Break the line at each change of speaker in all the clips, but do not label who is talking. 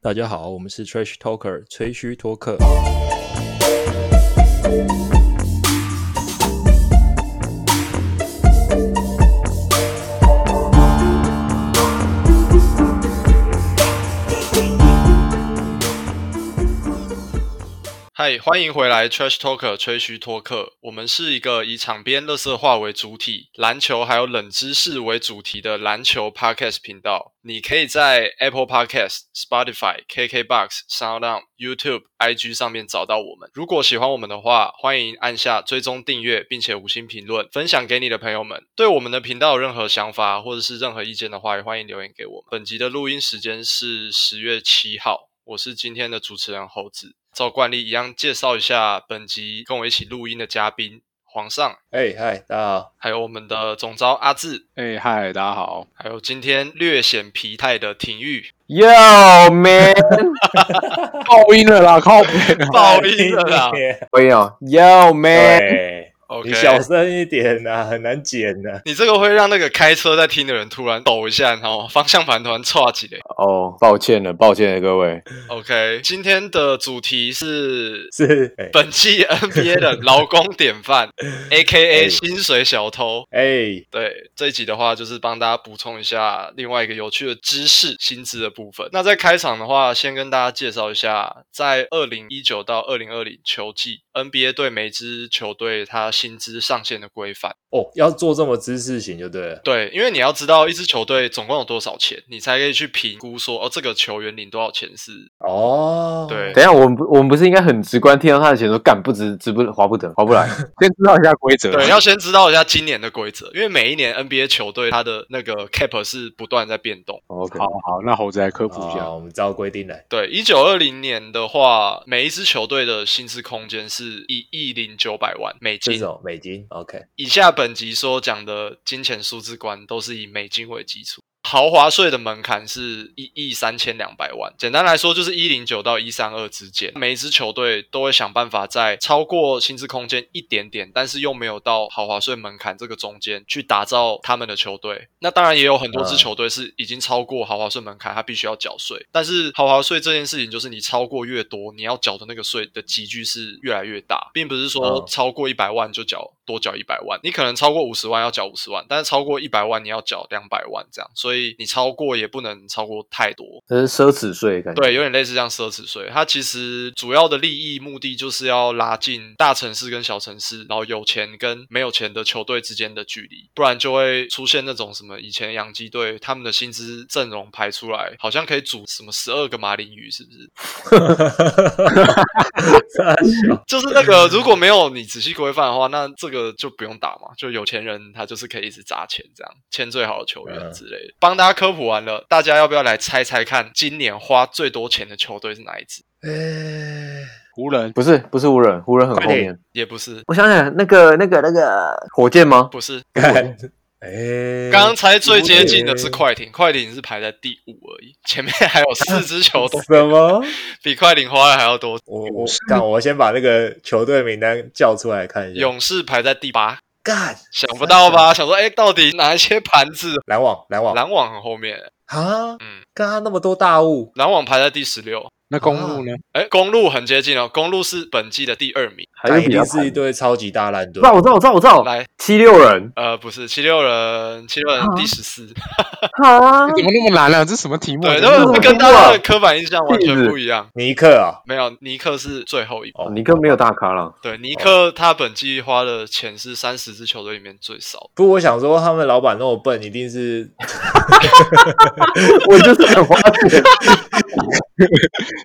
大家好，我们是 Trash Talker 吹嘘托客。
嗨，欢迎回来 Trash Talker 吹嘘托客。我们是一个以场边乐色话为主体，篮球还有冷知识为主题的篮球 Podcast 频道。你可以在 Apple Podcast、Spotify、KKBox、SoundOn、YouTube、IG 上面找到我们。如果喜欢我们的话，欢迎按下追踪订阅，并且五星评论，分享给你的朋友们。对我们的频道有任何想法或者是任何意见的话，也欢迎留言给我们。本集的录音时间是十月七号，我是今天的主持人猴子。照惯例一样介绍一下本集跟我一起录音的嘉宾皇上，
哎嗨，大家好，
还有我们的总招阿志，
哎嗨，大家好
还有今天略显疲态的廷玉，
Yo man，
爆音了啦，靠北！
爆音了啦。
没有 Yo man，
对，
OK，
你小声一点呐、 很难剪啊呐、
你这个会让那个开车在听的人突然抖一下，然后方向盘突然岔起来。
哦，抱歉了，抱歉了各位，
OK，今天的主题是
是，哎、
本季 NBA 的劳工典范，A.K.A. 薪水小偷。
哎
对这一集的话，就是帮大家补充一下另外一个有趣的知识薪资的部分。那在开场的话，先跟大家介绍一下，在二零一九到二零二零球季，NBA 对每支球队它薪资上限的规范。
哦，要做这么知识型就对了。
对，因为你要知道一支球队总共有多少钱，你才可以去评估说，哦，这个球员领多少钱是
哦，
对
等一下我们不我们不是应该很直观听到他的钱说干不值值不划不得划不来，
先知道一下规则。
对，要先知道一下今年的规则，因为每一年 NBA 球队它的那个 cap 是不断在变动。
哦 OK，
好好，那猴子来科普一下。
好，我们照规定来。
对，一九二零年的话，每一支球队的薪资空间是一亿零九百万美
这
金。
种美金，OK，
以下本集所讲的金钱数字观都是以美金为基础。豪华税的门槛是一亿三千两百万，简单来说就是一零九到一三二之间。每一支球队都会想办法在超过薪资空间一点点，但是又没有到豪华税门槛这个中间去打造他们的球队。那当然也有很多支
嗯
球队是已经超过豪华税门槛，他必须要缴税。但是豪华税这件事情就是你超过越多，你要缴的那个税的集聚是越来越大，并不是说
嗯
超过一百万就缴多缴一百万，你可能超过五十万要缴五十万，但是超过一百万你要缴两百万这样，所以你超过也不能超过太多。
这是奢侈税感觉。
对，有点类似像奢侈税，它其实主要的利益目的就是要拉近大城市跟小城市，然后有钱跟没有钱的球队之间的距离，不然就会出现那种什么以前洋基队他们的薪资阵容排出来，好像可以组什么十二个马林鱼，是不是？就是那个，如果没有你仔细规范的话，那这个就不用打嘛。就有钱人他就是可以一直砸钱，这样签最好的球员之类的。帮大家科普完了，大家要不要来猜猜看，今年花最多钱的球队是哪一支？
哎、
湖人
不是不是湖人，湖人很
快
后
点
面。
也不是，
我想想，那个那个那个火箭吗？
不是。
干，哎，
刚刚猜最接近的是快艇，快艇是排在第五而已，前面还有四支球队
什么？
比快艇花的还要多。
我我干，我先把那个球队名单叫出来看一下。
勇士排在第八，
干，
想不到吧？想说，哎，到底哪一些盘子？
篮网，篮网，
篮网很后面，
啊，
嗯，
刚刚那么多大物，
篮网排在第十六。
那公路呢？
哎，公路很接近哦，公路是本季的第二名。
还是
一
比较
定
盘
是一堆超级大烂
知
队
道，。我知道，我知道，我知道，
来，
七六人
呃，不是七六人，七六人
啊
第十四，
啊
怎么那么难啊？这什么题目？
对，
怎么
那么
那么
我
跟
跟
大家的
过
刻板印象完全
是
不一样。
尼克啊，哦
没有，尼克是最后一名。
哦尼克没有大咖了，
对，尼克他本季花的钱是三十支球队里面最少。
不过我想说，他们老板那么笨，一定是
我就是很花钱，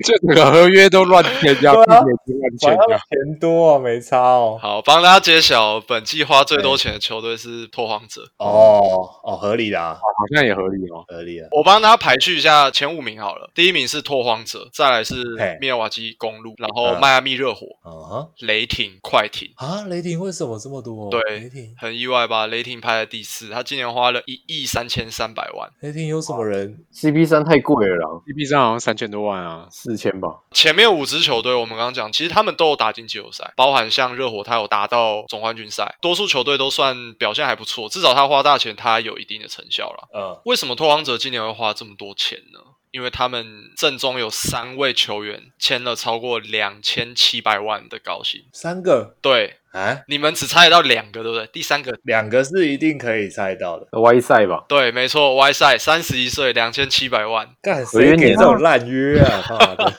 这整个合约都乱签加，
对啊
并且是
管
乱签
他们
加。
钱多啊，没差哦。
好，帮大家揭晓，本季花最多钱的球队是拓荒者。
哦哦，合理啦，
好像也合理哦。
合理啦。
我帮大家排序一下前五名好了，第一名是拓荒者，再来是
嘿
密尔瓦基公路，然后
嗯
迈阿密热火、
啊
雷霆、快艇。
啊，雷霆为什么这么多？
对
雷霆，
很意外吧？雷霆排在第四，他今年花了一亿三千三百万。
雷霆有什么人？
CP 三太贵了啦，
C P 上好像三千多万啊，
四千吧。
前面五支球队，我们刚刚讲，其实他们都有打进季后赛，包含像热火，他有打到总冠军赛，多数球队都算表现还不错，至少他花大钱，他有一定的成效啦。
嗯，
为什么拓荒者今年会花这么多钱呢？因为他们阵中有三位球员签了超过两千七百万的高薪。
三个
对，
啊，
你们只猜得到两个，对不对？第三个，
两个是一定可以猜到的。
歪赛吧，
对，没错，Y 赛三十一岁，两千七百万，
干
合约
谁给
年
这种烂约啊？ 妈的，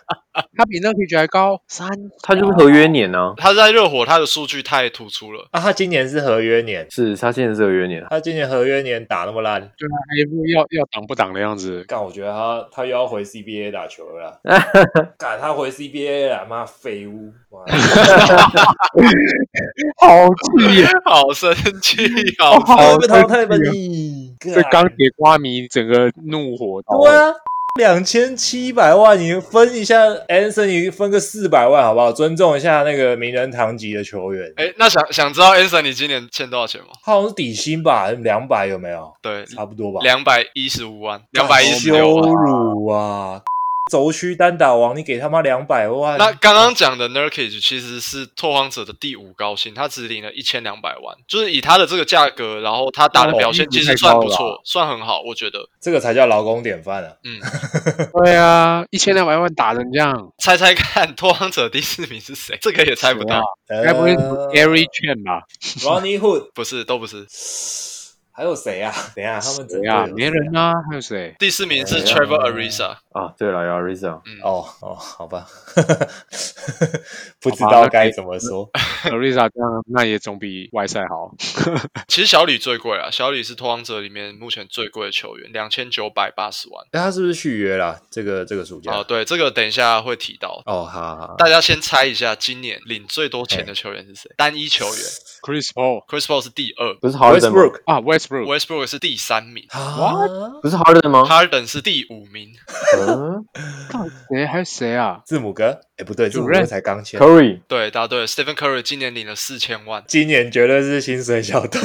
他比那 K 还高三，
他就是合约年啊，
他在热火，他的数据太突 出了。
啊，他今年是合约年，
是他现在是合约年啊，
他今年合约年打那么烂，
对啊，一副要要挡不挡的样子。
干，我觉得他他又要回 CBA 打球了啦，干他回 CBA 了，妈废物，妈的
好气呀！
好生气，好生
好
会被淘汰吧你？
这
干
钢铁哦瓜迷整个怒火到
对啊，两千七百万，你分一下 Anthony 分个四百万好不好？尊重一下那个名人堂级的球员，
哎，那想想知道 Anson 你今年欠多少钱吗？
他好像是底薪吧，两百有没有？
对，
差不多吧，
两百一十五万，两百一十六
羞
万。
辱啊！轴区单打王，你给他妈两百万，
那刚刚讲的 Nurkic 其实是拓荒者的第五高薪，他只领了一千两百万，就是以他的这个价格，然后他打
哦
的表现其实算不
啊
错，算很好，我觉得。
这个才叫劳工典范啊！
嗯，
对啊，一千两百万打成这样，
猜猜看，拓荒者第四名是谁？这个也猜不
谁
到
啊，该不会是 Gary Chen 吧？
呃 Ronnie Hood
不是，都不是。
还有谁啊？等一下他们
谁
怎
呀、
样？
啊？没人啊，还有谁？
第四名
哎
是
呀
Trevor Ariza，
啊，对了，有 Ariza，
哦哦，好吧， 不知道该怎么说。
r i s a 这样那也总比外赛好。
其实小李最贵啊，小李是拓荒者里面目前最贵的球员，两千九百八十万。
哎，他是不是续约了？这个这个暑假？
啊，对，这个等一下会提到。
哦，好好好，
大家先猜一下，今年领最多
哎
钱的球员是谁？单一球员
Chris Paul
，Chris Paul 是第二
不是 Harden 吗？
啊，Westbrook
，Westbrook 是第三名。
啊，
不是 Harden 吗？
Harden 是第五名，
嗯
谁还有谁啊？
字母哥？哎，不对，字
主
母
任
哥才刚签，
，Curry
对，答对了。Stephen Curry 今年领了四千万，
今年绝对是薪水小偷，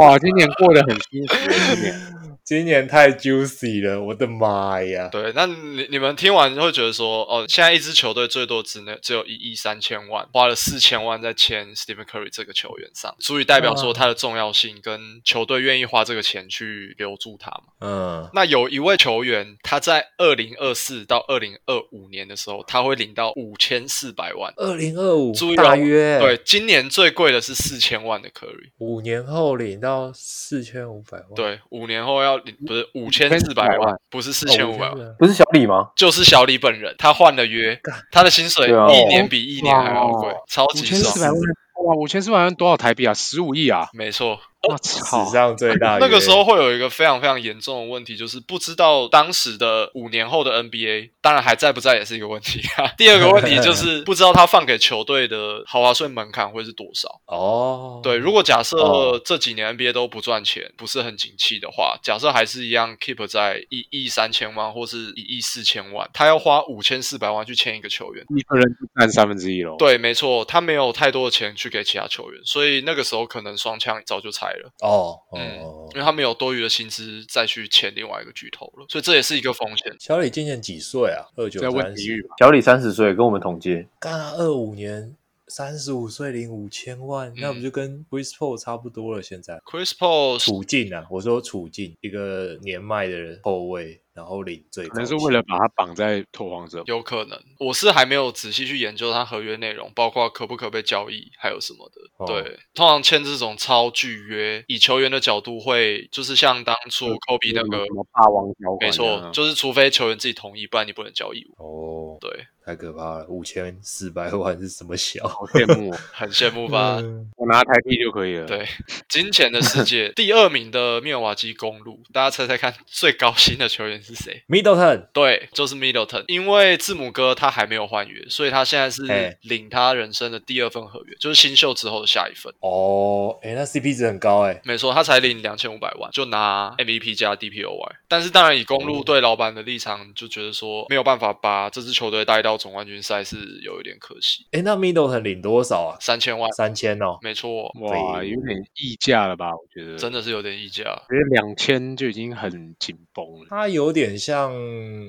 哇，今年过得很辛苦耶，今年
今年太 juicy 了，我的妈呀！
对。那你你们听完会觉得说，哦，现在一支球队最多只能只有一亿三千万，花了四千万在签 Stephen Curry 这个球员上，足以代表说他的重要性跟球队愿意花这个钱去留住他嘛。
嗯，
那有一位球员，他在二零二四到二零二五年的时候，他会领到五千四百万。
二零二五
注意哦
大约
对，今年最贵的是四千万的 Curry，
五年后领到四千五百万，
对，五年后要领不是五千四百万
万，
不是四
哦，
千五百万，
万。
不是小李吗？
就是小李本人，他换了约，他的薪水
对啊
一年比一年还要贵
哦，
超
五
级
千四百
爽
万，，哇，五千四百万多少台币啊？十五亿啊！
没错。
我操
史！上最大约
那个时候会有一个非常非常严重的问题，就是不知道当时的五年后的 NBA，当然还在不在也是一个问题啊。 第二个问 题就是不知道他放给球队的豪华税门槛会是多少。
哦，
对，如果假设
哦
这几年 NBA 都不赚钱，不是很景气的话，假设还是一样 keep 在一亿三千万或是一亿四千万，他要花五千四百万去签一个球员。
一个人就占三分之一喽。，
对，没错，他没有太多的钱去给其他球员，所以那个时候可能双枪早就拆了，
哦哦
嗯
哦
因为，他没有多余的薪资再去签另外一个巨头了，所以这也是一个风险。
小李今年几岁啊？二九
在问
三
体
十，
育吧。
小李三十岁，跟我们同届，
干二五年三十五岁领五千万，那不
嗯
就跟 Chris Paul 差不多了？现在
Chris Paul
处境啊，我说处境，一个年迈的人后卫，然后领最高
可能是
薪，
为了把他绑在拓荒者，
有可能，我是还没有仔细去研究他合约内容，包括可不可被交易，还有什么的。
哦
对，通常签这种超巨约，以球员的角度会就是像当初 Kobe 那个
什，么霸王条款啊，
没错，就是除非球员自己同意，不然你不能交易我。
哦，
对，
太可怕了，五千四百万是什么小？
好羡慕哦，
很羡慕吧？
嗯
我拿台币就可以了。
对，金钱的世界第二名的密尔瓦基公路，大家猜猜看，最高薪的球员是谁？
，Middleton
对，就是 Middleton，因为字母哥他还没有换约，所以他现在是
哎
领他人生的第二份合约，就是新秀之后的下一份。
哦，哎，那 CP 值很高哎，
没错，他才领两千五百万，就拿 MVP 加 DPOY。但是当然，以公路队老板的立场，就觉得说没有办法把这支球队带到总冠军赛是有一点可惜。
哎，那 Middleton 领多少啊？
三千万，
三千哦，
没
嗯
错，
哇，有点溢价了吧？我觉得
真的是有点溢价。
觉得两千就已经很紧绷了。
他有有点像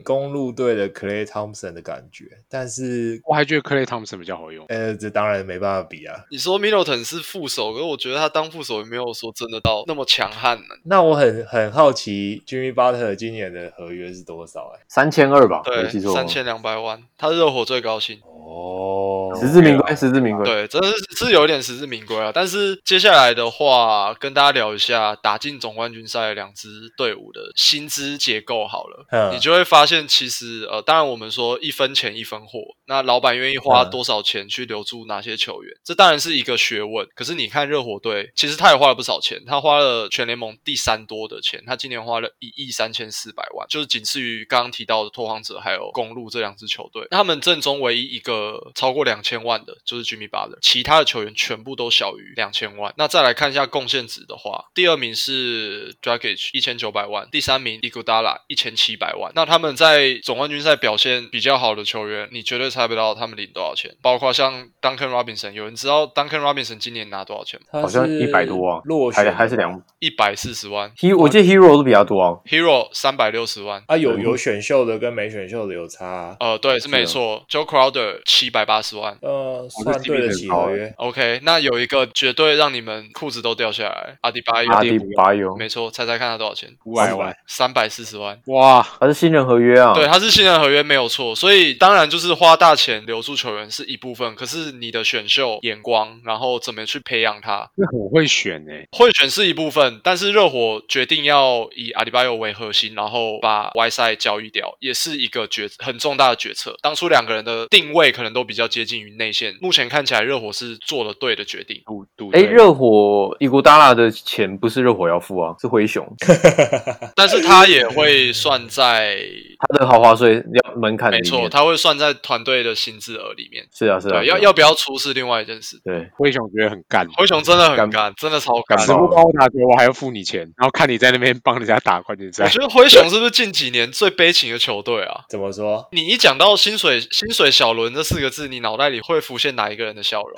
公路队的 Clay Thompson 的感觉，但是
我还觉得 Clay Thompson 比较好用。
呃，这当然没办法比啊。
你说 Middleton 是副手，可是我觉得他当副手也没有说真的到那么强悍呢、
那我很很好奇 Jimmy Butler 今年的合约是多少、欸？哎，
三千二吧，没
对，
记错吗
三。千两百万，他是热火最高薪。
哦，
实至名归，实至名归。
对，真的是是有点实至名归啊。但是接下来的话，跟大家聊一下打进总冠军赛的两支队伍的薪资结构好了。
嗯
你就会发现，其实呃，当然我们说一分钱一分货，那老板愿意花多少钱去留住哪些球员，这当然是一个学问。可是你看热火队，其实他也花了不少钱，他花了全联盟第三多的钱，他今年花了一亿三千四百万，就是仅次于刚刚提到的拓荒者还有公路这两支球队。那他们阵中唯一一个超过两千万的就是 Jimmy Butler，其他的球员全部都小于两千万。那再来看一下贡献值的话，第二名是 Dragic 一千九百万，第三名 Iguodala 一千七百万。那他们在总冠军赛表现比较好的球员，你绝对猜不到他们领多少钱。包括像 Duncan Robinson，有人知道 Duncan Robinson 今年拿多少钱吗？
好
好像100多啊
落选
还
的
还是两
一百四十万
He，我记得 Hero 都比较多啊。
，Hero 三百六十万。
啊，
嗯
有有选秀的跟没选秀的有差、啊，
呃，对，是没
是
错。Joe Crowder 七百八十万，
呃，
哦这
算对得
CP
起
很高
合
欸
约。
OK，那有一个绝对让你们裤子都掉下来，阿迪巴约，
阿迪巴约
没错，猜猜看他多少钱？
五百万，
三百四十万。
哇，
他是新人合约啊。
对，他是新人合约没有错，所以当然就是花大钱留住球员是一部分，可是你的选秀眼光，然后怎么去培养他，
这很会选哎、
会选是一部分，但是热火决定要以阿里巴约为核心，然后把 Y 赛交易掉，也是一个决很重大的决策。当初两个人的定位可能都比较接近于内线，目前看起来热火是做了对的决定。
赌赌
哎，
对
热火伊古达拉的钱不是热火要付啊，是灰熊，啊
但是他也会算在，
他的豪华税要门嗯槛里
没
面。
错，他会算在团队的薪资额里面。
是啊是啊，
对，要
是啊
要不要出是另外一件事。
对，
灰熊觉得很干，
灰熊真的很
干
干，真的超干啊
干。
只不过我打球我还要付你钱，然后看你在那边帮人家打冠军
我
赛，
觉得灰熊是不是近几年最悲情的球队啊？
怎么说？
你一讲到薪水薪水小轮这四个字，你脑袋里会浮现哪一个人的笑容？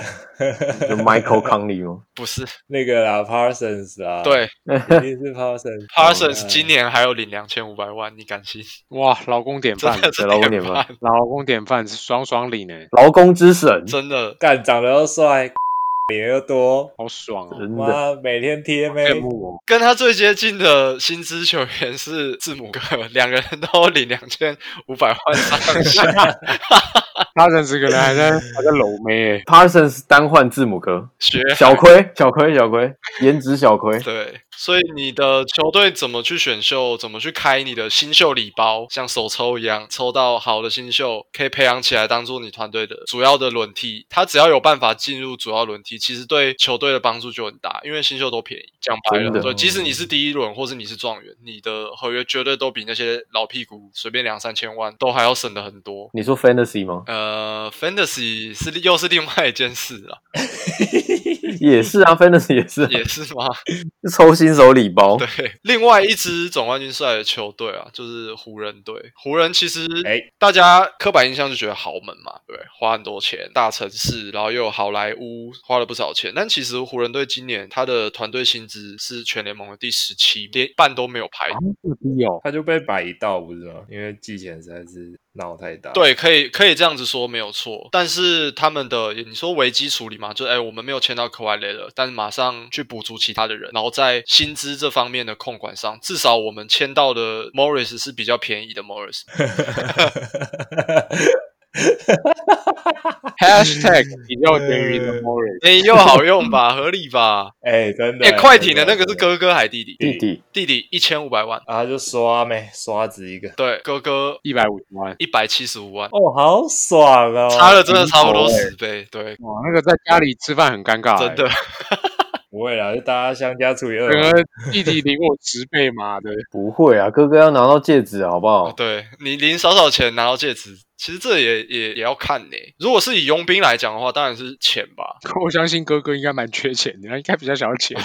就 Michael Conley 吗？
不是，
那个啦，Parsons 啦，，
对
一定是 Parsons。哦
，Parsons 今年还有领两千五百万，你敢信？
哇，劳工典
真
范，
的是
老 板
典
吧
范，
劳工典范，爽爽领哎、
劳工之神，
真的。
干长得又帅，脸又多，
好爽哦、
真的。
妈每天
羡
TMA，
慕哦！
跟他最接近的薪资球员是字母哥，两个人都领两千五百万上下，
他认识个人还在还在搂妹、欸，
Parsons 单换字母哥，
学
小亏小亏小亏，颜值小亏。
对，所以你的球队怎么去选秀，怎么去开你的新秀礼包，像手抽一样抽到好的新秀，可以培养起来当做你团队的主要的轮替。他只要有办法进入主要轮替，其实对球队的帮助就很大，因为新秀都便宜。讲白了，
真的
对，即使你是第一轮或是你是状元，你的合约绝对都比那些老屁股随便两三千万都还要省的很多。
你说 Fantasy 吗？
呃，fantasy 是又是另外一件事了，
也是啊，Fantasy 也是啊，
也是吗？
是抽新手礼包。
对，另外一支总冠军赛的球队啊，就是湖人队。湖人其实，
哎
大家刻板印象就觉得豪门嘛，对不对，花很多钱，大城市，然后又有好莱坞，花了不少钱。但其实湖人队今年他的团队薪资是全联盟的第十七，连半都没有排
啊，这么低哦，
他就被摆一道不是吗？因为季前实在是闹太大。，
对，可以可以这样子说没有错，但是他们的你说危机处理嘛，就哎、我们没有签到科怀雷了，但是马上去补足其他的人，然后在薪资这方面的控管上，至少我们签到的 Morris 是比较便宜的 Morris，
Hashtag 比较咸鱼的 Morris，
便宜哎又好用吧，合理吧？
哎，真的，
哎、快艇的那
真
个是哥哥还弟弟？
弟弟，
弟弟一千五百万，
啊，就刷没刷子一个，
对，哥哥
一百五十万，
一百七十五万。
哦，好爽哦，
差了真的差不多
零头欸
十倍，对，
哇，那个在家里吃饭很尴尬、欸，
真的。
不会啦，就大家相加除以二嘛
整。个弟弟领我十倍嘛 的，
不会啊，哥哥要拿到戒指好不好？
对你零少少钱拿到戒指，其实这也也也要看呢、如果是以佣兵来讲的话，当然是钱吧。
我相信哥哥应该蛮缺钱的，他应该比较想 要钱。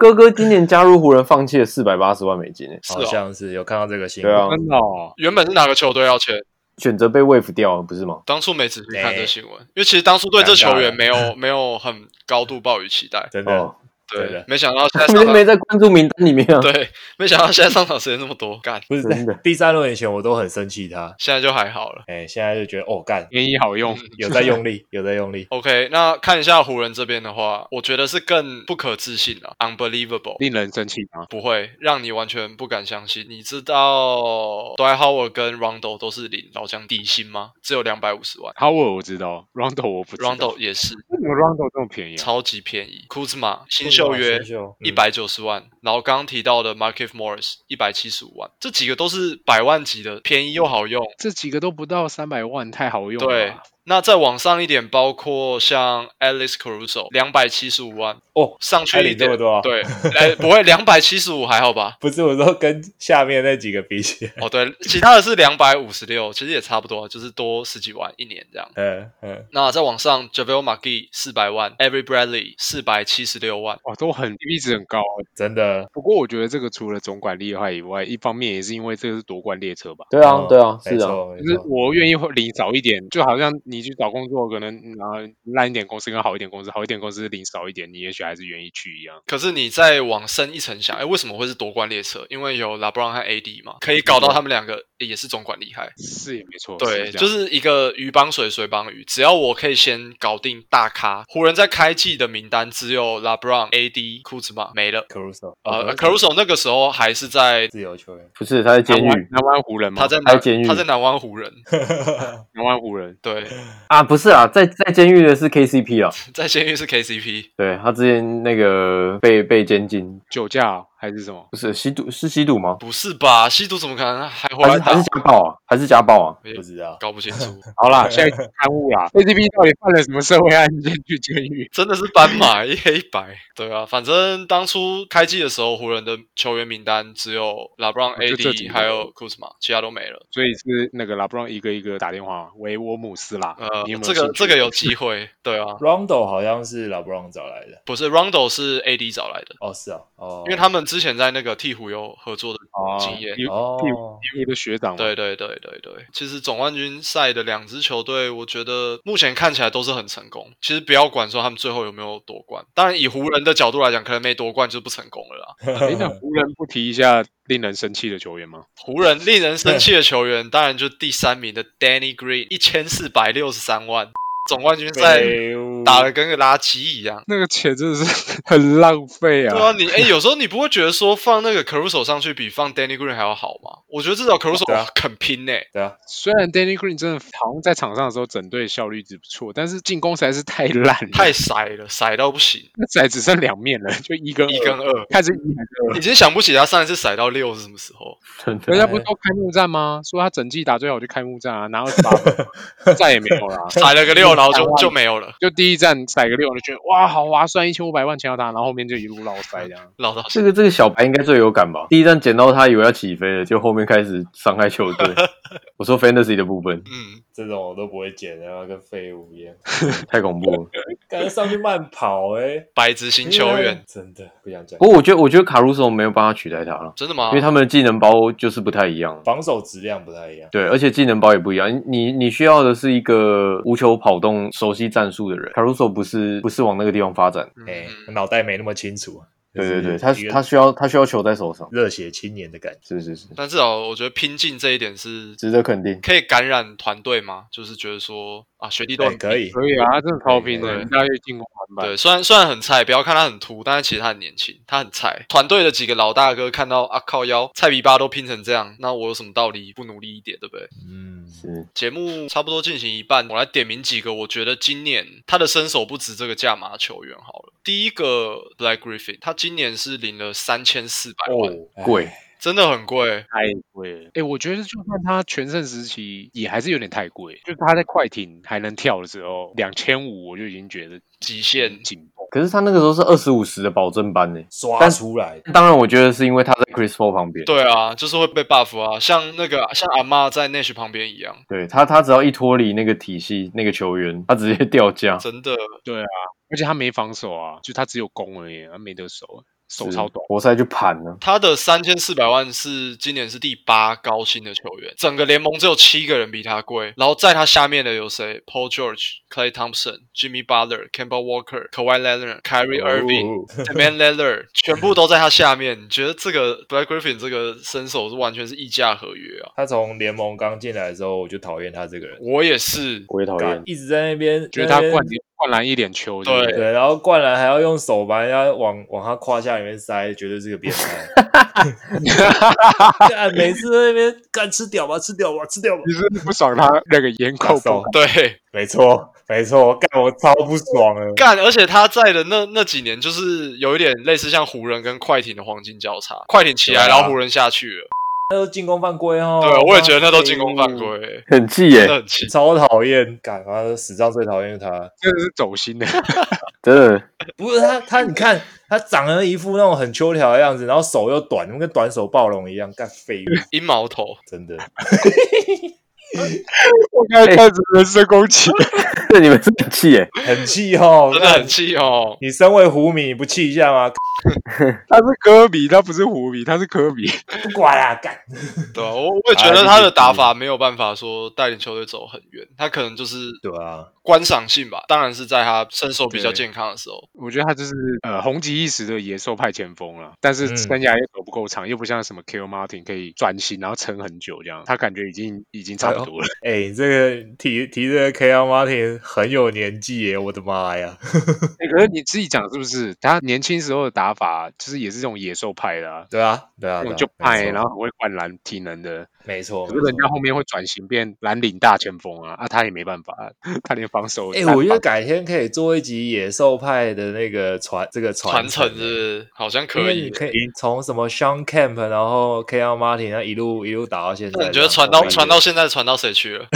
哥哥今年加入湖人，放弃了四百八十万美金欸，
是
好
哦，
像是有看到这个新
对
闻，
啊，
真的哦，
原本是哪个球队要签？
选择被 wave 掉了，不是吗？
当初没仔细看
对
这新闻，因为其实当初对这球
尴尬了
员没有没有很高度抱有期待。
真的
哦，
对
对
的，
没想到现在
我
上
就没
场，
在关注名单里面啊。
对，没想到现在上场时间那么多，干，
不是
真的
第三轮以前我都很生气他，
现在就还好了。
哎、现在就觉得哦干
嗯
便宜好用，
有在用力，有在用力。
OK，那看一下湖人这边的话，我觉得是更不可置信了，unbelievable。
令人生气吗？
不会让你完全不敢相信。你知道 d w i Howard 跟 Rondo 都是领老将底薪吗？只有两百五十万
h o w a r 我知道，Rondo 我不知道。
，Rondo 也是
为什么 Rondo 这么便宜啊？
超级便宜。Kuzma 新秀约
新秀
嗯
嗯
一百九十万，然后刚刚提到的 Markif Morris 一百七十五万，这几个都是百万级的，便宜又好用。
这几个都不到三百万，太好用了啊
对
吧。
那再往上一点，包括像 Alice Caruso 两百七十五万，
哦，
上
还
去一
领这么
点，
多、啊？，
对， 哎，不会两百七十五还好吧？
不是我说跟下面那几个比起来，
哦，对，其他的是两百五十六，其实也差不多，啊就是多十几万一年这样。
嗯嗯，
那再往上 j a v e l McGee 四百万，Every Bradley 四百七十六万，
哇，都很 CP 值很高欸。
真的
不过我觉得这个除了总管厉害以外，一方面也是因为这个是夺冠列车吧。
对啊
哦
嗯，
对啊，是
没
啊，
错没
就是
错，
我愿意领少一点，就好像你去找工作，可能然后烂一点公司跟好一点公司，好一点公司领少一点，你也许还是愿意去一样。
可是你再往深一层想，哎，为什么会是夺冠列车？因为有 LeBron 和 AD 嘛，可以搞到他们两个诶也是总管厉害。
是也没错，
对，
这样
就是一个鱼帮水，水帮鱼。只要我可以先搞定大咖，湖人在开季的名单只有 LeBron、AD、库兹马没了。
c r u s o
哦
呃 c a r u s o 那个时候还是在
哦自由球员，
不是他在监
南湾
狱
南湾湖人吗？
他在
还
南
监狱
他在南湾湖人，
南湾湖人，
对，
啊，不是啊，在在监狱的是 KCP 啊，
在监狱是 KCP。
对他之前那个被被监禁，
酒驾还是 什么？
不是吸毒是吸毒吗？
不是吧？吸毒怎么可能还回
还
来
是
打
还是？家暴啊？还是家暴啊？
不知道
搞不清楚，
好啦，
下一次刊物啦 a t p 到底犯了什么社会案件去监狱？
真的是斑马一黑一白。对啊，反正当初开季的时候，湖人的球员名单只有 LeBron、
哦就这几
AD
个
还有 Kuzma，其他都没了。
所以是那个拉布朗一个一个打电话，喂，我姆斯啦，
呃
你有，没有
这个
兴趣
这个有机会，对啊，
Rondo 好像是老布朗找来的，
不是 Rondo 是 AD 找来的，
哦是啊，哦，
因为他们之前在那个鹈鹕有合作的
哦
经验。
鹈
哦，
鹈鹕的学长嘛，
对对对对对，其实总冠军赛的两支球队，我觉得目前看起来都是很成功。其实不要管说他们最后有没有夺冠，当然以湖人的角度来讲，可能没夺冠就不成功 了啦。
诶哎那湖人不提一下令人生气的球员吗？
湖人令人生气的球员，当然就第三名的 Danny Green，一千四百六十三万，总冠军赛打的跟个垃圾一样。
那个钱真的是很浪费
对
啊！
啊，你哎、有时候你不会觉得说放那个 Caruso 上去比放 Danny Green 还要好吗？我觉得至少 Caruso
对啊
肯拼欸呢、
对啊，
虽然 Danny Green 真的好像在场上的时候整队效率值不错，但是进攻实在是太烂了，
太塞了，塞到不行，
那仔只剩两面了，就一跟
一跟
二
二，
开始一还是二。
已经想不起他上一次塞到六是什么时候。
真的
人家不是都开幕战吗？说他整季打最好就开幕战啊，拿二十八分， 再也没有啦、啊
踩了个六，然后就就没有了，
就第一站塞个六，就觉得哇好划算，一千五百万钱要他，然后后面就一路捞塞这 样。
老到
这个这个小白应该最有感吧？第一站捡到他以为要起飞了，就后面开始伤害球队。我说 fantasy 的部分
嗯，
这种我都不会捡，然后跟废物 一样，
太恐怖了。
感觉上去慢跑哎，
白执行球员，
真的不想讲，
不过我觉得我觉得卡鲁索没有办法取代他了，
真的吗
因为？他们的技能包就是不太一样。
防守质量不太一样，
对，而且技能包也不一样。你你需要的是一个无球跑动、熟悉战术的人。卡鲁索不是不是往那个地方发展。
嗯
哎，脑袋没那么清楚，啊
对对对，
就
他
是一个
他需要他需要球在手上。
热血青年的感觉，
是是是，
但至少我觉得拼劲这一点是
值得肯定。
可以感染团队吗？就是觉得说啊，学弟都
对，
很
哎可以，
可以啊，他真的超拼的，
对
人家又进攻篮板。
对，虽然虽然很菜，不要看他很秃，但是其实他很年轻，他很菜。团队的几个老大哥看到啊靠腰，菜皮巴都拼成这样，那我有什么道理不努力一点，对不对？
嗯，
是
节目差不多进行一半，我来点名几个我觉得今年他的身手不止这个价码的球员好了。第一个 Black Griffin，他今年是领了三千四百万，
哦，
哎贵，
真的很贵。
太贵了，哎、我觉得就算他全盛时期也还是有点太贵，就是他在快艇还能跳的时候，两千五我就已经觉得
极限
紧绷。
可是他那个时候是二十五十的保证班呢。
刷
但
出来，
当然，我觉得是因为他在 Chris Paul 旁边。
对啊，就是会被 buff 啊，像那个像阿嬷在 Nash 旁边一样，
对他，他只要一脱离那个体系、那个球员，他直接掉价。
真的
而且他没防守啊，就他只有攻而已，他没得守啊。手超短。
活塞就盘了。
他的三千四百万是今年是第八高薪的球员，整个联盟只有七个人比他贵。然后在他下面的有谁？Paul George、Clay Thompson、Jimmy Butler、Kemba Walker、Kawhi Leonard、Kyrie
Oh
Irving、Man
哦
Leller 全部都在他下面，你觉得这个 Black Griffin 这个身手是完全是溢价合约啊？
他从联盟刚进来的时候，我就讨厌他这个人，
我也是，
我也讨厌
一直在那边
觉得
在
他
那边
灌灌篮一脸球，
对
不
对，然后灌篮还要用手把人家往往他胯下里面塞，绝对是个变态。 干每次在那边干吃屌吧，吃屌吧，吃屌吧。
你是不是不爽他那个严扣
打手
不
对，
没错，没错，干我超不爽的。
干，而且他在的那那几年，就是有一点类似像湖人跟快艇的黄金交叉，快艇起来，
对啊
然后湖人下去了。
那都进攻犯规哦。
对，啊我也觉得那都进攻犯规、，
很气
真
耶、
的很气。
超讨厌。干，妈的史上最讨厌他。
真的是走心的。
真的。
不是他，他你看他长得一副那种很秋条的样子，然后手又短，跟短手暴龙一样，干废物，
阴毛头，
真的。
我刚才看着人身攻击，
对，你们是很气耶、
很气哦，
真的很气哦
干。。你身为虎迷，你不气一下吗？
他是科比，他不是胡比，他是科比。
不管啦，干。
对啊，我我也觉得他的打法没有办法说带领球队走很远，他可能就是
对啊，
观赏性吧。当然是在他身手比较
对
健康的时候。
我觉得他就是呃红极一时的野兽派前锋了，但是
嗯
生涯又走不够长，又不像什么 K O Martin 可以专心然后撑很久这样，他感觉已经已经差不多了。
哎、你这个提提这个 K L Martin 很有年纪耶，我的妈呀！
哎可是你自己讲是不是？他年轻时候的打法就是也是这种野兽派的、啊。
对啊，对啊，
那
对啊
种就派，
没错哦啊
然后很会灌篮，体能的，
没错
可是，人家后面会转型变蓝领大前锋啊，啊，他也没办法，他连防守
哎、
单
我觉
防
得改天可以做一集野兽派的那个传这个
传
传
承
承
是不是好像
因
可
为你
以。
可以从什么 Sean Camp，然后 K L Martin，然后一路一路打到现在这
那
样。
你觉得传到
可以
传到现在传到谁去了？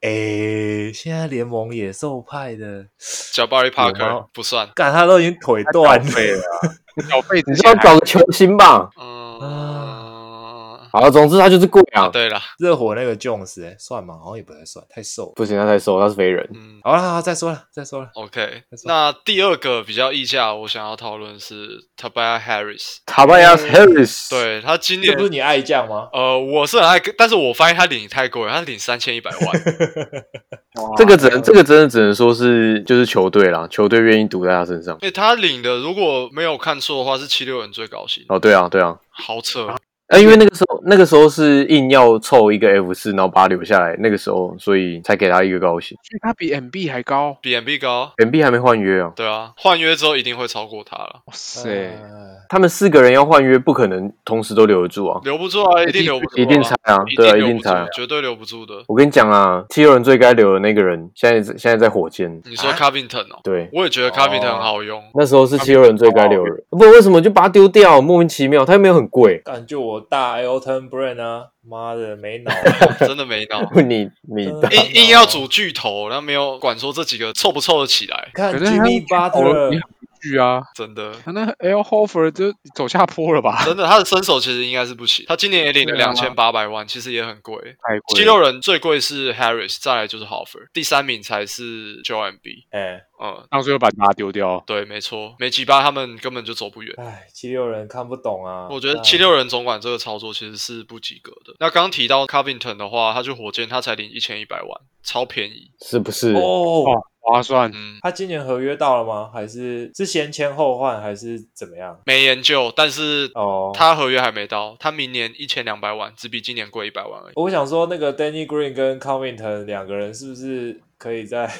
哎、现在联盟野兽派的，
小巴 a r r y
有吗
Parker 不算。
干他都已经腿断 了，
废了、啊，小费
你
之
是要
前
找个球星吧？
啊
嗯，
好了，总之他就是贵啊。
对了，
热火那个 Jones 哎、算吗？好像也不太算，太瘦了。
不行，他太瘦，他是肥人。
嗯，
好了，好了，再说了，再说了。
OK，
没错
那第二个比较溢价，我想要讨论的是 Tobias Harris。
塔巴亚
嗯
Harris，，
对他今
这
年
不，是你爱将吗？
呃，我是很爱跟，但是我发现他领太贵，他领三千一百万。
啊
这个只能这个真的只能说是就是球队啦，球队愿意赌在他身上。
哎，他领的如果没有看错的话，是七六人最高薪，
哦，对啊，对啊，
好扯。
呃，因为那个时候那个时候是硬要凑一个 F 四，然后把他留下来，那个时候所以才给他一个高薪。
所以他比 MB 还高，
比 MB 高，
M B 还没换约啊，
对啊，换约之后一定会超过他了，
哇塞！
呃
他们四个人要换约，不可能同时都留得住啊，
留不住啊，一定留不住啊，
一定裁啊，对啊，一
留
定
不住
裁啊。
绝对留不住的。
我跟你讲啊，七六人最该留的那个人，现在在现在在火箭，
你说 Covington 哦，
对，
我也觉得 Covington 很好用，
那时候是七六人最该留的人，不为什么就把他丢掉，莫名其妙，他又没有很贵。
干就我大 Elton Brand 啊，妈的没 脑，啊
真的没脑。
你你
真的
大
没脑
硬硬要组巨头，然后没有管说这几个凑不凑得起来，
看
可是他
呃 Jimmy
你
Butler，
很不惧啊，
真的。
他那 L Hofer 就走下坡了吧？
真的，他的身手其实应该是不行。他今年也领了
对啊
两千八百万，其实也很贵。
太贵
七六人最贵是 Harris，再来就是 Hoffer，第三名才是 Joel m b
哎
嗯，
当初又把他丢掉，
对，没错，没几巴他们根本就走不远。
哎，七六人看不懂啊。
我觉得
哎
七六人总管这个操作其实是不及格的。那刚刚提到 Covington 的话，他去火箭他才领一千一百万，超便宜。
是不是？
哦，
哦划算。
嗯，
他今年合约到了吗？还是是先签后换，还是怎么样？
没研究，但是
哦，
他合约还没到，他明年一千两百万，只比今年贵一百万而已。
我想说那个 Danny Green 跟 Covington 两个人是不是可以再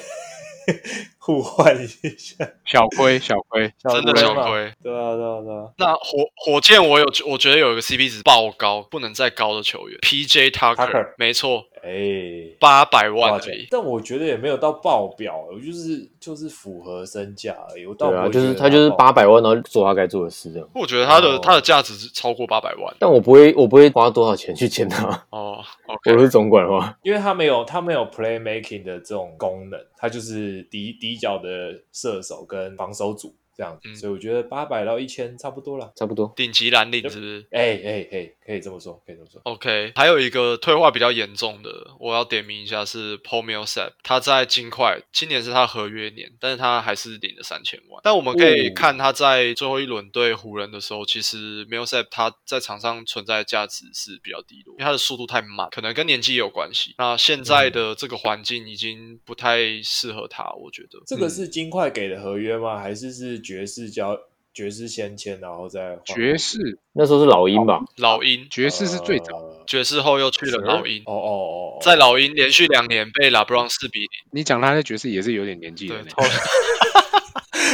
互换一下？
小 亏小亏，
真的
小
小
嘛。
亏。
对啊，对啊，对啊。
那火火箭，我有我觉得有一个 CP 值爆高，不能再高的球员，PJ Tucker，,
Tucker
没错，
哎，
八百万
抱
而
歉
已，
但我觉得也没有到爆表，我就是就是符合身价而已。我倒
对
不
啊，
会
就
觉得
是
哦
他就是
爆
八百万，然后做他该做的事这样。
我觉得他的、
哦
他的价值是超过八百万
但我不会，我不会花多少钱去签他。
哦。
我
OK，
是总管的话，
因为他没有他没有 play making 的这种功能，他就是底底角的射手跟防守组，这样子，
嗯
所以我觉得八百到一千差不多了。
差不多。
顶级蓝领是不是
哎哎哎，可以这么说，可以这么说。
？OK，还有一个退化比较严重的，我要点名一下是 Paul Millsap，他在金块今年是他合约年，但是他还是领了三千万。但我们可以
哦
看他在最后一轮对湖人的时候，其实 Millsap 他在场上存在的价值是比较低落，因为他的速度太慢，可能跟年纪也有关系。那现在的这个环境已经不太适合他，我觉得。嗯
这
嗯
个是金块给的合约吗？还是是爵士交爵士先签，然后再换
爵士，
那时候是老鹰
哦
吧？
老鹰，
爵士是最早。
呃
爵士后又去了老鹰。
哦哦哦，哦
在老鹰连续两年被拉布朗四比零，
你讲他在爵士也是有点年纪的
对
呢，，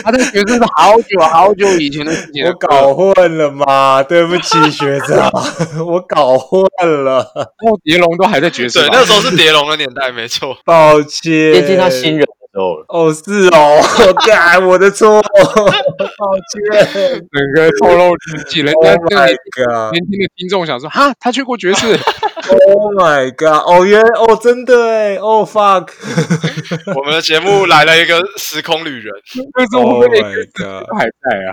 他在爵士是好久啊好久以前的事情了。
我搞混了嘛？ 对不起，学长， 我搞混 了，
莫迪龙都还在爵士
对
吧，，
那时候是叠龙的年代，没错。
抱歉。
接近他新人的时候了。
哦，是哦， 干我的 错，，Oh 抱歉。
整个透露年纪， 人
Oh
家那
my
个
god!
年轻的听众想说，哈，他去过爵士，
Oh my god! 哦，原哦，真的哎，哦 fuck!
我们的节目来了一个时空旅人，
那时
Oh
候那
my
个
god!
都还在啊，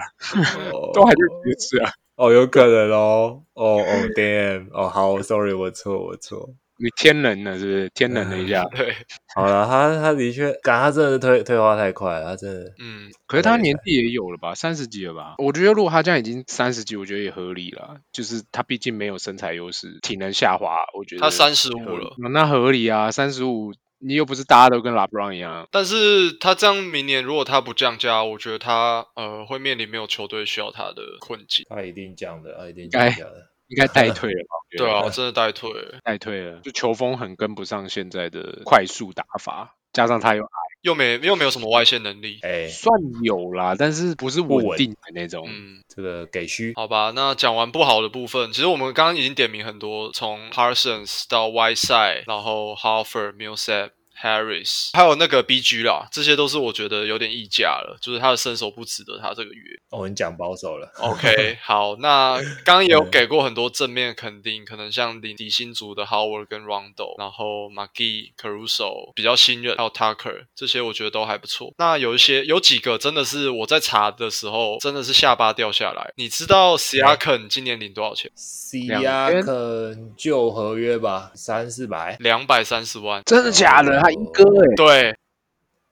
都还在爵士啊。
哦，有可能哦，哦哦，damn，哦好，sorry，我错，我错。
你天冷了是不是？天冷了一下，
对，
好了，他他的确，感他真的是退退化太快了，他真的。
嗯，
可是他年纪也有了吧，三十几了吧？我觉得如果他这样已经三十几，我觉得也合理了。就是他毕竟没有身材优势，体能下滑，我觉得
他35
合理
了，
那合理啊，三十五。你又不是大家都跟拉布朗一样，
但是他这样明年如果他不降价，我觉得他呃会面临没有球队需要他的困境。
他一定讲的，他一定
该
讲的。
应该带退了吧？我觉
对
得
啊，我真的带退了，
带退了，就球风很跟不上现在的快速打法，加上他有
又没又没有什么外线能力。
哎，
算有啦，但是不是
不
稳
稳
定的那种。
嗯，
这个给虚，
好吧，那讲完不好的部分，其实我们刚刚已经点名很多，从 Parsons 到 Whiteside，然后 h a l f e r Millsap。Harris，还有那个 BG 啦，这些都是我觉得有点溢价了，就是他的身手不值得他这个约。
哦，你讲保守了。
OK，好，那刚刚也有给过很多正面肯定，可能像领底薪族的 Howard 跟 Rondo，然后 McGee、Caruso 比较新人，还有 Tucker 这些，我觉得都还不错。那有一些有几个真的是我在查的时候，真的是下巴掉下来。你知道 s i a k a n 今年领多少钱？
C
两
亚
千
肯旧合约吧，三四百。
两百三十万。
真的假的？
哦
他一哥哎、
对，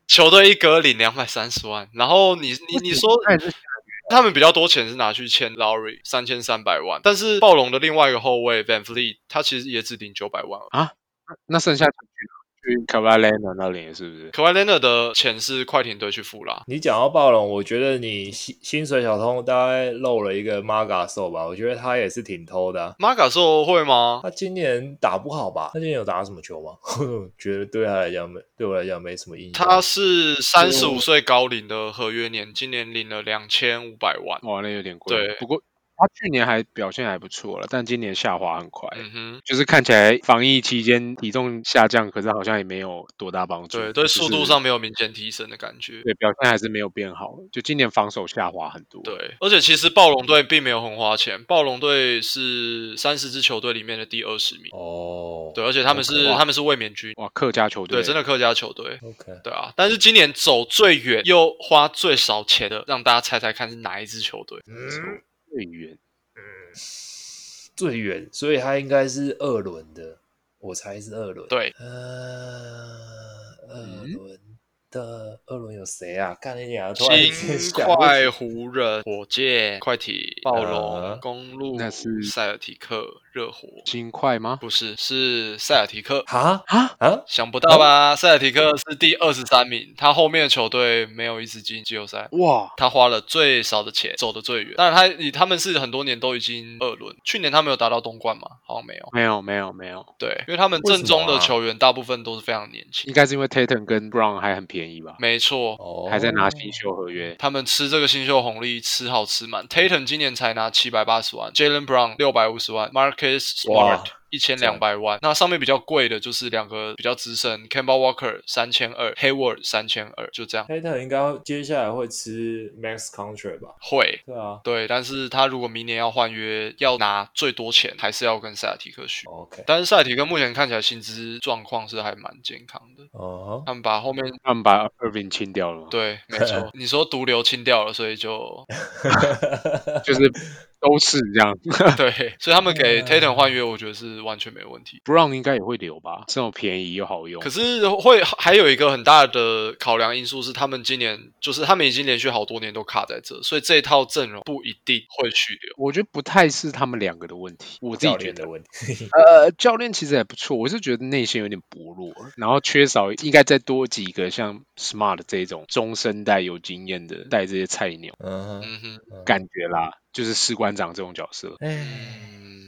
球队一格领两百三十万，然后你你你说
他也是
他们比较多钱是拿去签 Lowry 三千三百万，但是暴龙的另外一个后卫 Van Fleet 他其实也只领九百万而已。
那剩下去去卡瓦莱纳那里是不是？
可外 l e n a 的钱是快艇队去付啦，
你讲到暴龙，我觉得你薪薪水小偷大概漏了一个 Maga 手吧，我觉得他也是挺偷的啊、
马卡兽会吗？
他今年打不好吧？他今年有打什么球吗？ 我觉得对他来讲没，对我来讲没什么印象。
他是三十五岁高龄的合约年，今年领了两千五百万。
哦哇，那有点贵。
对
不过他去年还表现还不错了，但今年下滑很快。
嗯哼，
就是看起来防疫期间体重下降，可是好像也没有多大帮助。
对对，
就是
速度上没有明显提升的感觉。
对表现还是没有变好。就今年防守下滑很多。，
对，而且其实暴龙队并没有很花钱，暴龙队是三十支球队里面的第二十名。
哦，
对，而且他们
好可
是
怕
他们是卫冕军，
哇，客家球队
对，真的客家球队。
，OK，
对啊，但是今年走最远又花最少钱的，让大家猜猜看是哪一支球队？
嗯，
最远。
最远，所以他应该是二轮的，我猜是二轮。，
对，
呃，二
嗯
轮的二轮有谁啊？看你俩突然间
金
想不起
块、湖人、火箭、快艇、暴龙、
呃
公路、
那是
塞尔提克、热火，
金块吗？
不是，是塞尔提克。
啊
啊，
啊！
想不到吧？塞尔提克是第二十三名，他后面的球队没有一支进季后赛。
哇，
他花了最少的钱，走得最远。但他以他们是很多年都已经二轮，去年他们有达到东冠吗？好像没有。
没有没有没有，
对，因为他们
为什么
正宗的
啊
球员大部分都是非常年轻。
应该是因为 Tatum 跟 Brown 还很便宜吧，
没错，
哦，
还在拿新秀合约。
他们吃这个新秀红利吃好吃满。Tatum 今年才拿七百八十万，Jalen Brown 六百五十万 m a r k Marcus Smart 一千两百万，那上面比较贵的就是两个比较资深 c a m b a Walker 三千二，Hayward 三千二，就这样
h a t e r 应该接下来会吃 max contract 吧？
会。
对啊
对，但是他如果明年要换约，要拿最多钱，还是要跟塞尔提克续。
，OK，
但是塞尔提克目前看起来薪资状况是还蛮健康的，
哦、
他们把后面
他们把 Irving 清掉了嘛，
对，没错，你说毒瘤清掉了，所以就
就是都是这样。
对， 所以他们给
嗯
Tatum 换约，我觉得是完全没问题。
Brown 应该也会留吧，这种便宜又好用。
可是会还有一个很大的考量因素是，他们今年就是他们已经连续好多年都卡在这，所以这一套阵容不一定会续留。
我觉得不太是他们两个的问题，我自己
教
觉
练
得
的。问题。
呃，教练其实也不错，我是觉得内线有点薄弱，然后缺少应该再多几个像 Smart 这种中生代有经验的带这些菜鸟，
嗯哼，
嗯哼，
感觉啦，就是士官长这种角色。
哎，
嗯。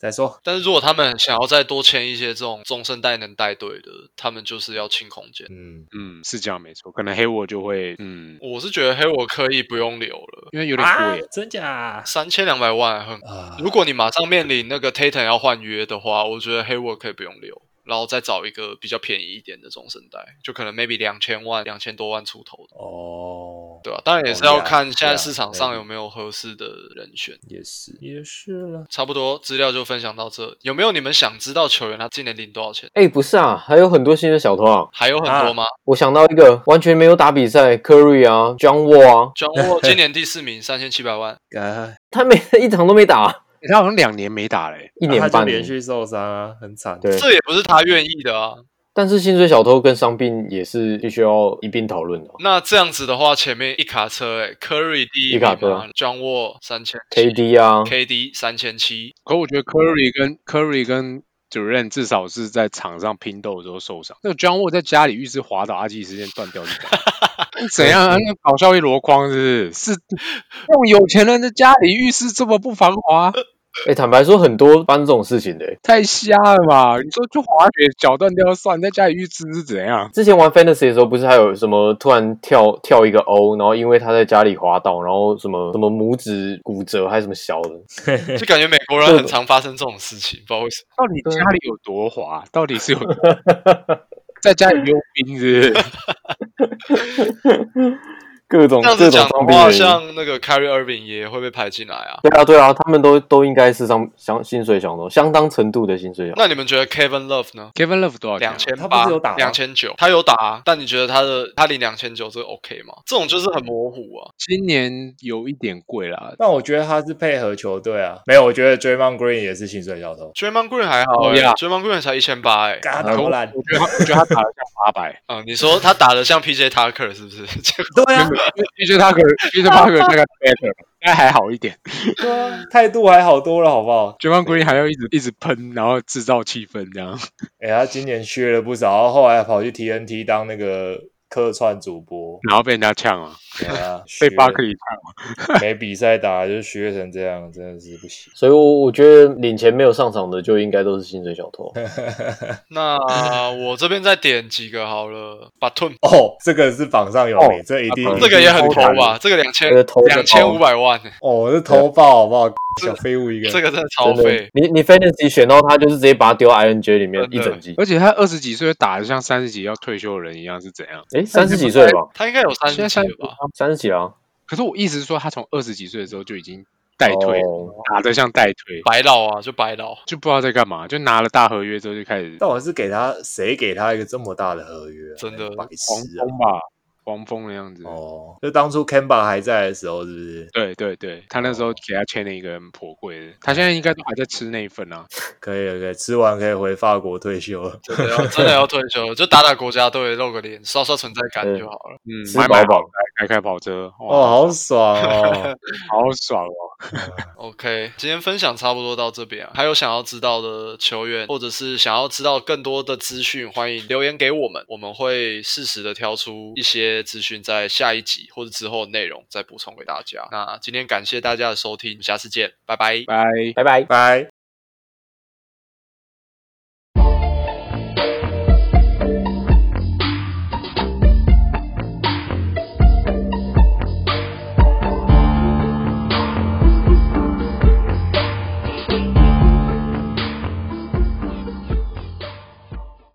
再说，
但是如果他们想要再多签一些这种中生代能带队的，他们就是要清空间。
嗯，
嗯，是这样没错，可能黑我就会嗯，
我是觉得黑我可以不用留了，
因为有点
啊
贵，，
真假
三千两百万很
啊？
嗯如果你马上面临那个 Tatum 要换约的话，我觉得 Hayward 可以不用留，然后再找一个比较便宜一点的中生代，就可能 maybe 两千万、两千多万出头的，
哦，
对吧、当然也是要看现在市场
对
上
啊
有没有合适的人选。
也是，也是了。
差不多资料就分享到这，有没有你们想知道球员他今年领多少钱？
哎、不是啊，还有很多新的小偷啊！
还有很多吗？
我想到一个完全没有打比赛，Curry 啊，John Wall 啊，
j o h n Wall 今年第四名，三千七百 万。
啊，
他每一场都没打，
他好像两年没打欸嘞、
一
他
年
就
半。
连续受伤啊，很惨。
对
这也不是他愿意的啊。
但是薪水小偷跟伤病也是必须要一并讨论的。
那这样子的话，前面一卡车哎、c u r r y 第一名
一卡车
嘛，John Wall 三千
KD 啊
KD 三千七，
可我觉得 Curry 跟 Curry 跟主任至少是在场上拼斗的时候受伤。那个 John Wall 在家里遇事滑倒，阿基里斯腱断掉就打。 怎样？啊那搞笑一箩筐是不是？是那种有钱人的家里浴室这么不防滑，
哎、坦白说，很多班这种事情的、欸
太瞎了吧？你说去滑雪脚断掉算，在家里浴室是怎样？
之前玩 Fantasy 的时候，不是还有什么突然跳跳一个 O，然后因为他在家里滑倒，然后什么什么拇指骨折还是什么小 的，
就感觉美国人很常发生这种事情，不知道为什么。
到底家里有多滑？到 底是有多在家里溜冰是不是？
各种
这样
各
子讲
种
的
伤病
话，
原因。
像那个 Kyrie Irving 也会被排进来啊。
对啊对啊，他们都都应该是上相薪水小偷，相当程度的薪水小偷。
那你们觉得 Kevin Love 呢？
Kevin Love 多少钱啊？
两千
他
八
不是有打吗
两千九，他有打啊，但你觉得他的他领两千九这个 OK 吗？这种就是很模糊啊。
今年有一点贵啦，
但我觉得他是配合球队啊，没有，我觉得 Draymond Green 也是薪水小偷。
Draymond Green 还好、
哦
欸
呀
Draymond Green 才一千八哎。。
嘎打不烂，
我觉得他，我觉得他打了像八百
啊、你说他打的像 PJ Tucker 是不 是？结果
对啊，
毕竟他可毕竟他可大概 better，大概还好一点。
对啊，态度还好多了，好不好？
j a m a Green 还要一直一直喷，然后制造气氛这样。
哎，他今年削了不少，然后后来跑去 TNT 当那个客串主播，
然后被人家呛啊，，
对啊
被
削
巴克利呛啊。
没比赛打就削成这样，真的是不行。
所以我，我觉得领钱没有上场的就应该都是薪水 小偷。
那我这边再点几个好了，把 t u n
哦，这个是榜上有名，这一定
啊
哦这个也很抠吧？这个两千
这个头
两千五百万、欸，
哦，这头爆好不好？小废物一个，
这个真的超
真
费
的，。你你 Fantasy 选到他就是直接把他丢 INJ 里面
真的
一整季。
而且他二十几岁打得像三十几要退休的人一样是怎样？
诶，三十几岁了吧？
他应该有三
现在
十几了
三十
吧？
三十几啊？
可是我意思是说，他从二十几岁的时候就已经代退了，
哦
打得像代退，
白老啊，就白老。
就不知道在干嘛，就拿了大合约之后就开始
到底是给他谁给他一个这么大的合约啊、
真的
白
狂
痴啊！
风吧，狂风的样子。
哦，就当初 Kemba 还在的时候，是不是？
对对对，他那时
哦
候给他签了一个很颇贵的，他现在应该都还在吃那一份啊。
可以了，可以，吃完可以回法国退休了。
真的要真的要退休了，就打打国家队，露个脸，刷刷存在感
对
就好了。
嗯，
吃
买
饱
买
饱
豪宅，开开跑车，
哦，
哇，
好 爽哦！
好爽哦！
OK，今天分享差不多到这边、啊，还有想要知道的球员，或者是想要知道更多的资讯，欢迎留言给我们，我们会适时的挑出一些资讯，在下一集或者之后的内容再补充给大家。那今天感谢大家的收听，我们下次见，拜拜。
拜。
拜拜。
拜。